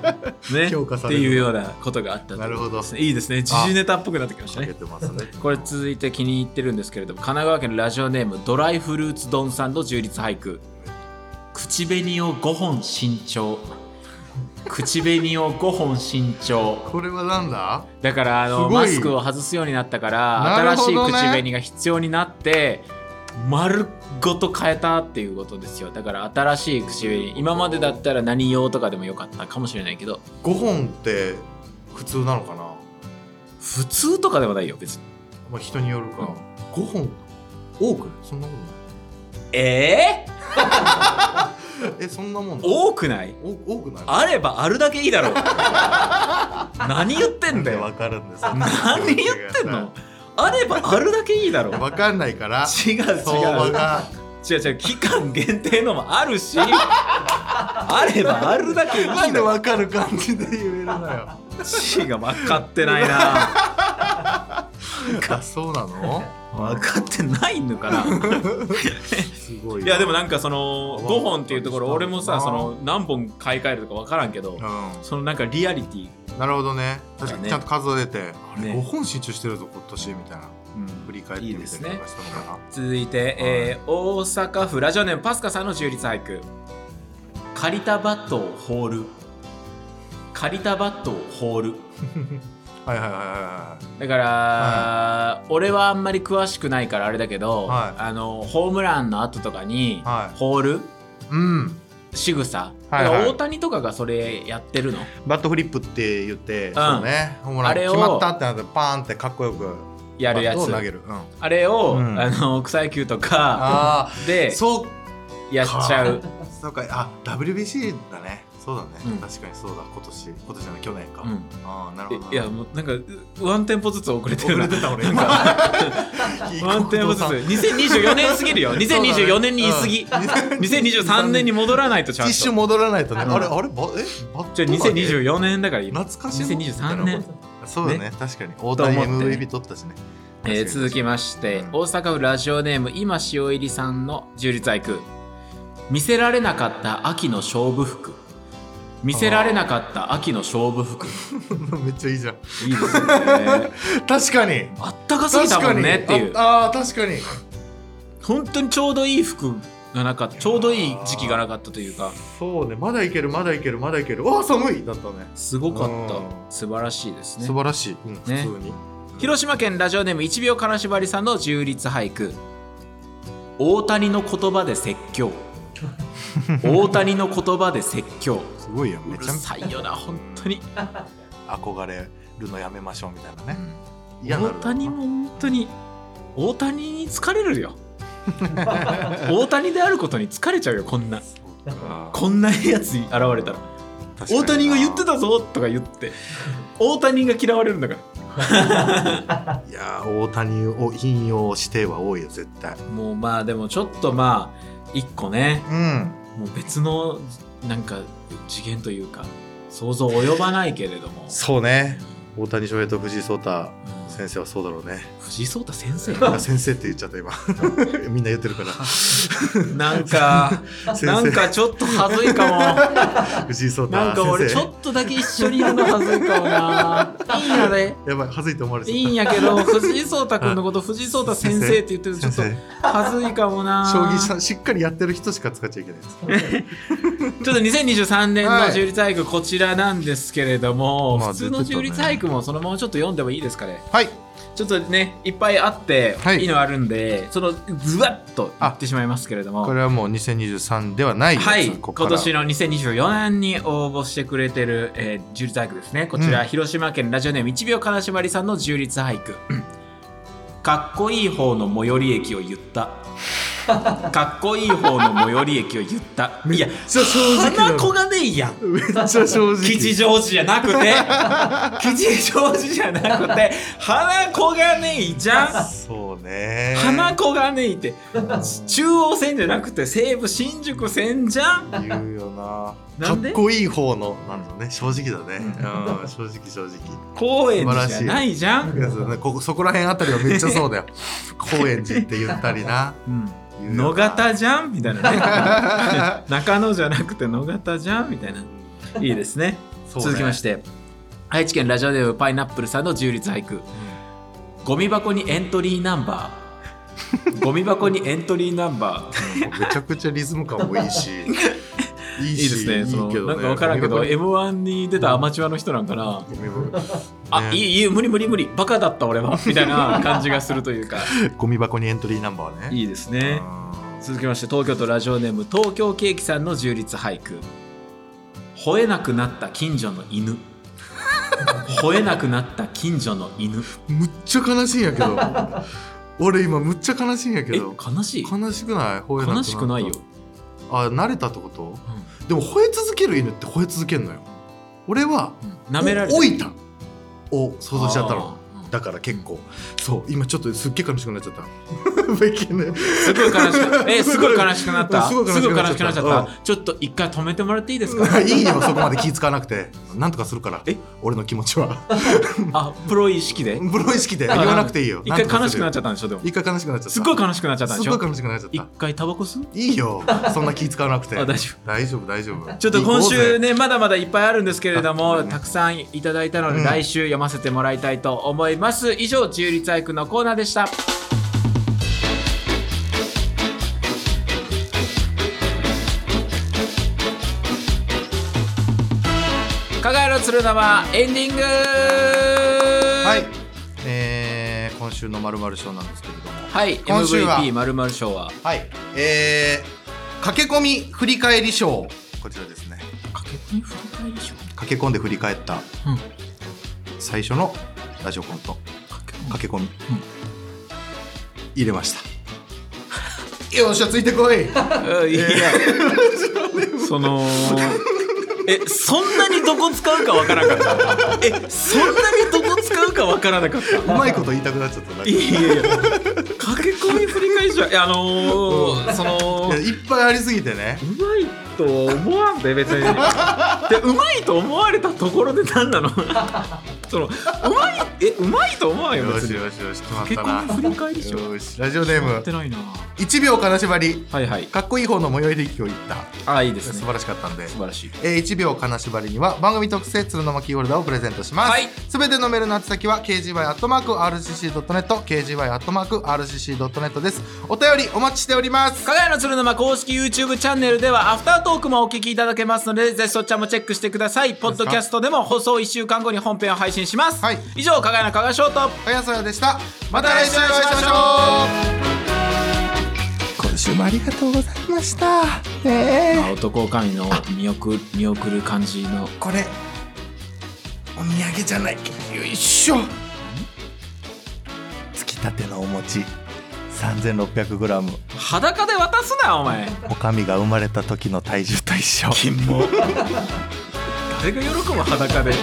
[SPEAKER 3] バウン
[SPEAKER 1] ね、
[SPEAKER 3] 評価
[SPEAKER 1] っ
[SPEAKER 3] さ
[SPEAKER 1] て
[SPEAKER 3] れる
[SPEAKER 1] いうようなことがあったと
[SPEAKER 3] なるほど
[SPEAKER 1] いいですね時事ネタっぽくなってきまし
[SPEAKER 3] ド
[SPEAKER 1] た
[SPEAKER 3] 王かけ
[SPEAKER 1] ね
[SPEAKER 3] てますね
[SPEAKER 1] これ続いて気に入ってるんですけれども神奈川県のラジオネームドライフルーツ丼さんの充実俳句口紅を5本新調口紅を5本新調
[SPEAKER 3] これはなんだ
[SPEAKER 1] だからあの
[SPEAKER 3] すご
[SPEAKER 1] マ
[SPEAKER 3] い
[SPEAKER 1] スクを外すようになったから、
[SPEAKER 3] な
[SPEAKER 1] 新
[SPEAKER 3] る
[SPEAKER 1] し
[SPEAKER 3] ほ
[SPEAKER 1] い
[SPEAKER 3] ど
[SPEAKER 1] 口
[SPEAKER 3] ね
[SPEAKER 1] 紅が必要になって丸ごと変えたっていうことですよだから新しい口紅今までだったら何用とかでもよかったかもしれないけど
[SPEAKER 3] 5本って普通なのかな
[SPEAKER 1] 普通とかではないよ別に
[SPEAKER 3] まあ人によるか。5本多くないそんなこ
[SPEAKER 1] えー、
[SPEAKER 3] とない。え、そんなもんだ
[SPEAKER 1] 多くない
[SPEAKER 3] お多くない
[SPEAKER 1] あればあるだけいいだ ろう何言ってんだよ
[SPEAKER 3] わかるんですよ
[SPEAKER 1] 何言ってんのあればあるだけいいだろう
[SPEAKER 3] わかんないから。
[SPEAKER 1] 違う違
[SPEAKER 3] 相場
[SPEAKER 1] う
[SPEAKER 3] が。
[SPEAKER 1] 違う違う期間限定のもあるしあればあるだけいいだ
[SPEAKER 3] なんで
[SPEAKER 1] ろ
[SPEAKER 3] わかる感じで言えるのよ。
[SPEAKER 1] C が分かってないな
[SPEAKER 3] あそうなの
[SPEAKER 1] 分かってないのかな
[SPEAKER 3] すごいわ。
[SPEAKER 1] いやでもなんかその
[SPEAKER 3] うん
[SPEAKER 1] 5本っていうところ俺もさ
[SPEAKER 3] うん
[SPEAKER 1] その何本買い替えるとか分からんけど
[SPEAKER 3] う
[SPEAKER 1] そのなんかリアリティ、
[SPEAKER 3] ん。なるほどね。確か
[SPEAKER 1] だね
[SPEAKER 3] にちゃんと数が出て、あれ
[SPEAKER 1] ね
[SPEAKER 3] 5本集中してるぞ、今年みたいな。振り返って
[SPEAKER 1] いい
[SPEAKER 3] みた
[SPEAKER 1] で
[SPEAKER 3] りと
[SPEAKER 1] すね
[SPEAKER 3] かしたのか
[SPEAKER 1] 続いて、えー大阪府ラジオネームパスカさんの中立俳句借りたバットを放る借りたバットを放る
[SPEAKER 3] な。はいはいはいは
[SPEAKER 1] だから、俺はあんまり詳しくないからあれだけど、
[SPEAKER 3] はい
[SPEAKER 1] あのホームランの後とかに、
[SPEAKER 3] はい
[SPEAKER 1] ホール
[SPEAKER 3] いはい。うん。
[SPEAKER 1] 仕草、
[SPEAKER 3] はいは
[SPEAKER 1] だ
[SPEAKER 3] い
[SPEAKER 1] から大谷とかがそれやってるの
[SPEAKER 3] バットフリップって言って、そうね、ホームラ
[SPEAKER 1] あ
[SPEAKER 3] ン
[SPEAKER 1] れを
[SPEAKER 3] 決まったってなって、パーンってかっこよく
[SPEAKER 1] やるや
[SPEAKER 3] バッ
[SPEAKER 1] つ
[SPEAKER 3] トを投げる。うん、あ
[SPEAKER 1] あれを、
[SPEAKER 3] うん
[SPEAKER 1] あの草野球とか
[SPEAKER 3] あー、
[SPEAKER 1] で
[SPEAKER 3] そう
[SPEAKER 1] やっちゃ う
[SPEAKER 3] そうか、あ、WBC だね。そうだね、
[SPEAKER 1] うん
[SPEAKER 3] 確かにそうだ、今年、今年じゃない、去年か。
[SPEAKER 1] うん
[SPEAKER 3] ああ、なるほど。
[SPEAKER 1] いやもうなんかうワンテンポずつ遅れて
[SPEAKER 3] 遅
[SPEAKER 1] るな
[SPEAKER 3] れてた俺。
[SPEAKER 1] なんワンテンポずつ2024年 過ぎるよ2024年に言い過ぎ、2023年に戻らないとちゃん
[SPEAKER 3] 一瞬
[SPEAKER 1] と
[SPEAKER 3] 戻らないとね、
[SPEAKER 1] うん
[SPEAKER 3] あれあればえバッ
[SPEAKER 1] じゃあ
[SPEAKER 3] トだけ
[SPEAKER 1] 2024年だから今
[SPEAKER 3] 懐かしい
[SPEAKER 1] 2023年
[SPEAKER 3] そうだね
[SPEAKER 1] ね
[SPEAKER 3] 確かに大
[SPEAKER 1] と思
[SPEAKER 3] 谷
[SPEAKER 1] ってね
[SPEAKER 3] MVP 取ったしね
[SPEAKER 1] えー続き
[SPEAKER 3] ま
[SPEAKER 1] まして、大
[SPEAKER 3] うん
[SPEAKER 1] 阪府ラジオネーム今塩入りさんの充実俳句見せられなかった秋の勝負服見せられなかった秋の勝負服い
[SPEAKER 3] すめっちゃいいじゃん
[SPEAKER 1] いですね
[SPEAKER 3] 確かに
[SPEAKER 1] あったかすぎ
[SPEAKER 3] 確
[SPEAKER 1] た
[SPEAKER 3] か
[SPEAKER 1] も
[SPEAKER 3] に
[SPEAKER 1] んねっていう
[SPEAKER 3] ああー確かに
[SPEAKER 1] 本当にちょうどいい服がなかったちょうどいい時期がなかったというか
[SPEAKER 3] そうねまだいけるまだいけるまだいけるああ寒いだったね
[SPEAKER 1] すごかっ
[SPEAKER 3] うん
[SPEAKER 1] た素晴らしいですね
[SPEAKER 3] 素晴らしい、うん普通に、
[SPEAKER 1] 広島県ラジオネーム一秒金縛りさんの充実俳句大谷の言葉で説 教大谷の言葉で説教
[SPEAKER 3] すごいよ
[SPEAKER 1] う
[SPEAKER 3] め
[SPEAKER 1] る
[SPEAKER 3] ちゃめち
[SPEAKER 1] さいよな本当に
[SPEAKER 3] ゃ憧れるのやめましょうみたいなね、嫌な
[SPEAKER 1] 大
[SPEAKER 3] るだろう
[SPEAKER 1] 谷も本当に大谷に疲れるよ大谷であることに疲れちゃうよこんな
[SPEAKER 3] な
[SPEAKER 1] こんなやつ現れたら
[SPEAKER 3] 確かに
[SPEAKER 1] 大
[SPEAKER 3] な
[SPEAKER 1] 谷が言ってたぞとか言って大谷が嫌われるんだから
[SPEAKER 3] いやー大谷を引用しては多いよ絶対
[SPEAKER 1] もうまあでもちょっとまあ一個ね
[SPEAKER 3] うん
[SPEAKER 1] もう別のなんか次元というか想像及ばないけれども
[SPEAKER 3] そうね大谷翔平と藤井聡太
[SPEAKER 1] うん
[SPEAKER 3] 先生はそうだろう ね
[SPEAKER 1] 藤井聡太先 生
[SPEAKER 3] あ先生って言っちゃった今 みんな言ってるから
[SPEAKER 1] なんか
[SPEAKER 3] 先
[SPEAKER 1] なん
[SPEAKER 3] 生
[SPEAKER 1] かちょっとはずい か
[SPEAKER 3] 藤井聡
[SPEAKER 1] も
[SPEAKER 3] 太
[SPEAKER 1] なんか俺ちょ
[SPEAKER 3] 先
[SPEAKER 1] っとだけ一緒にいるのはずいかもないいんやで
[SPEAKER 3] 生やばい恥ずいと思われち
[SPEAKER 1] い
[SPEAKER 3] ゃ
[SPEAKER 1] いんやけど藤井聡太君のこと藤井聡太先生って言ってるとちょ
[SPEAKER 3] 先
[SPEAKER 1] っと
[SPEAKER 3] 生
[SPEAKER 1] はずいかもな
[SPEAKER 3] 将棋さんしっかりやってる人しか使っちゃいけないです
[SPEAKER 1] ちょっと2023年の
[SPEAKER 3] はい
[SPEAKER 1] 中立俳句こちらなんですけれども、
[SPEAKER 3] まあ
[SPEAKER 1] 普通の
[SPEAKER 3] ずっ
[SPEAKER 1] 中
[SPEAKER 3] とね
[SPEAKER 1] 立俳句もそのままちょっと読んでもいいですかね
[SPEAKER 3] はい
[SPEAKER 1] ちょっとねいっぱいあって、
[SPEAKER 3] はい
[SPEAKER 1] い、いのあるんでそのズワッと言ってしまいますけれども
[SPEAKER 3] これはもう2023ではないやつ
[SPEAKER 1] はい、
[SPEAKER 3] こ
[SPEAKER 1] 今
[SPEAKER 3] っから
[SPEAKER 1] 年の2024年に応募してくれてる、えー、中立俳句ですねこちら、
[SPEAKER 3] うん
[SPEAKER 1] 広島県ラジオネーム一秒金縛りさんの中立俳句かっこいい方の最寄り駅を言っ たかっこいい方の最寄り駅を言ったいや
[SPEAKER 3] ちょ正直な
[SPEAKER 1] 花子がねえやん
[SPEAKER 3] めっちゃ正直
[SPEAKER 1] 吉祥寺じゃなくて 吉祥寺じゃなくて花子がねえじゃん
[SPEAKER 3] そうね
[SPEAKER 1] 花子がねいて中央線じゃなくて西武新宿線じゃん
[SPEAKER 3] 言うよな
[SPEAKER 1] なんで
[SPEAKER 3] かっこいい方のなんだろうね正直だね、うん、正直正直
[SPEAKER 1] 高円寺じゃないじゃん
[SPEAKER 3] いやそうねここそこら辺あたりはめっちゃそうだよ高円寺って言ったりな
[SPEAKER 1] うん
[SPEAKER 3] 言うよな
[SPEAKER 1] 野方じゃんみたいなね中野じゃなくて野方じゃんみたいないいですね
[SPEAKER 3] そうね
[SPEAKER 1] 続きまして愛知県ラジオネームパイナップルさんの充実俳句、ゴミ箱にエントリーナンバーゴミ箱にエントリーナンバー
[SPEAKER 3] めちゃくちゃリズム感もいいし い
[SPEAKER 1] い
[SPEAKER 3] い
[SPEAKER 1] いですねそのなんか分からんけど M1 に出たアマチュアの人なんかな、
[SPEAKER 3] ゴミ箱
[SPEAKER 1] あい
[SPEAKER 3] ね
[SPEAKER 1] いいい無理無理無理バカだった俺 はみたいな感じがするというか
[SPEAKER 3] ゴミ箱にエントリーナンバーね
[SPEAKER 1] いいですね
[SPEAKER 3] あ
[SPEAKER 1] 続きまして東京都ラジオネーム東京ケーキ さんの充実俳句吠えなくなった近所の犬吠えなくなった近所の犬
[SPEAKER 3] むっちゃ悲しいんやけ ど俺今むっちゃ悲しいんやけ
[SPEAKER 1] え
[SPEAKER 3] ど
[SPEAKER 1] 悲しい
[SPEAKER 3] 悲しくない吠えなくなった
[SPEAKER 1] 悲しくないよ
[SPEAKER 3] あ慣れたってこと、でも吠え続ける犬って吠え続けんのよ俺は
[SPEAKER 1] 舐められ
[SPEAKER 3] お
[SPEAKER 1] い
[SPEAKER 3] 老いたを想像しちゃったのだから結構そう今ちょっとすっげえ悲しくなっちゃった ベッキーね
[SPEAKER 1] すごい悲しくな った。え、すごい悲しくなった。す
[SPEAKER 3] す
[SPEAKER 1] ご
[SPEAKER 3] ご
[SPEAKER 1] い
[SPEAKER 3] い
[SPEAKER 1] 悲
[SPEAKER 3] 悲
[SPEAKER 1] し
[SPEAKER 3] し
[SPEAKER 1] く
[SPEAKER 3] く
[SPEAKER 1] な
[SPEAKER 3] な
[SPEAKER 1] っち
[SPEAKER 3] っち
[SPEAKER 1] ゃ
[SPEAKER 3] ゃ
[SPEAKER 1] っ。
[SPEAKER 3] ったた
[SPEAKER 1] ちょっと一回止めてもらっていいですか
[SPEAKER 3] いいよそこまで気使わなくてなんとかするから俺の気持ちは
[SPEAKER 1] あ、プロ意識で。
[SPEAKER 3] プロ意識で言わなくていいよ
[SPEAKER 1] 一回悲しくなっちゃ
[SPEAKER 3] ゃ
[SPEAKER 1] っ
[SPEAKER 3] っ
[SPEAKER 1] たんでしょ、でも
[SPEAKER 3] た。一回悲しくなっちゃった
[SPEAKER 1] すっごい
[SPEAKER 3] しく
[SPEAKER 1] 悲しくなっちゃったんでし
[SPEAKER 3] すっ
[SPEAKER 1] ょ
[SPEAKER 3] ごい悲しくなっちゃっ
[SPEAKER 1] 一
[SPEAKER 3] た
[SPEAKER 1] 回タバコ吸う
[SPEAKER 3] いいよそんな気使わなくて
[SPEAKER 1] あ、大丈夫。
[SPEAKER 3] 大丈夫大丈夫
[SPEAKER 1] ちょっと今週
[SPEAKER 3] 行こうぜ
[SPEAKER 1] ねまだまだいっぱいあるんですけれど
[SPEAKER 3] あ
[SPEAKER 1] も、
[SPEAKER 3] そうね
[SPEAKER 1] たくさんいただいたので、
[SPEAKER 3] うん
[SPEAKER 1] 来週読ませてもらいたいと思います以上自由律俳句のコーナーでした加賀屋の鶴のはエンディング
[SPEAKER 5] はい。えー、今週のまるまる賞なんですけれども。
[SPEAKER 1] はい
[SPEAKER 5] 今週は
[SPEAKER 1] MVP まるまる賞は
[SPEAKER 5] はい。えー、駆け込み振り返り賞。こちらですね。
[SPEAKER 1] 駆け込み振り返り賞
[SPEAKER 5] 駆け込んで振り返った
[SPEAKER 1] うん
[SPEAKER 5] 最初のラジオコント。駆け込み。入れました。よっしゃ、ついてこい。
[SPEAKER 1] うんいや、 そのえそんなにどこ使うかわからなかったえそんなにどこ使うかわからなかった
[SPEAKER 3] うまいこと言いたくなっちゃったなんか
[SPEAKER 1] い
[SPEAKER 3] い
[SPEAKER 1] やいや駆け込み振り返りじゃいやあのー、その
[SPEAKER 3] やいっぱいありすぎてね
[SPEAKER 1] うまいと思わんで別にでうまいと思われたところで何 なのそのうまいえうまいと思わんよ
[SPEAKER 3] よ
[SPEAKER 1] 別
[SPEAKER 3] し
[SPEAKER 1] に
[SPEAKER 3] よしよし決まっ
[SPEAKER 1] 駆け
[SPEAKER 3] た
[SPEAKER 1] 込み
[SPEAKER 3] な
[SPEAKER 1] 振り返り賞
[SPEAKER 3] よしラジオネー
[SPEAKER 1] やっ
[SPEAKER 3] ム
[SPEAKER 1] てないな
[SPEAKER 3] 1秒金縛り
[SPEAKER 1] はいはい
[SPEAKER 3] かっこいい方の模様で息を言った
[SPEAKER 1] あいいですね
[SPEAKER 3] 素晴らしかったんで
[SPEAKER 1] 素晴らしい
[SPEAKER 3] えー、1秒金縛りには番組特製鶴の巻キーホルダーをプレゼントします、
[SPEAKER 1] はい
[SPEAKER 3] すべてのメールの宛先は kgy.rcc.net kgy.rcc.net ですお便りお待ちしております
[SPEAKER 1] かがやの鶴沼公式 YouTube チャンネルではアフタートークもお聞きいただけますのでぜひそちらもチェックしてくださいポッドキャストでも放送1週間後に本編を配信します、
[SPEAKER 3] はい
[SPEAKER 1] 以上かがやのかがやショート
[SPEAKER 3] かやそやでしたま
[SPEAKER 1] た
[SPEAKER 3] た
[SPEAKER 1] 来
[SPEAKER 3] 来
[SPEAKER 1] 週
[SPEAKER 3] 週
[SPEAKER 1] お
[SPEAKER 3] お
[SPEAKER 1] 会
[SPEAKER 3] 会
[SPEAKER 1] い
[SPEAKER 3] い
[SPEAKER 1] し
[SPEAKER 3] し
[SPEAKER 1] ま
[SPEAKER 3] ま
[SPEAKER 1] しょ
[SPEAKER 3] しょう今週もありがとうございましたねえ
[SPEAKER 1] 男神の見送見送る感じの
[SPEAKER 3] これお土産じゃないよいしょつきたてのお餅 3600g
[SPEAKER 1] 裸で渡すなお前
[SPEAKER 3] おかみが生まれた時の体重と一緒
[SPEAKER 1] 金も誰が喜ぶ裸で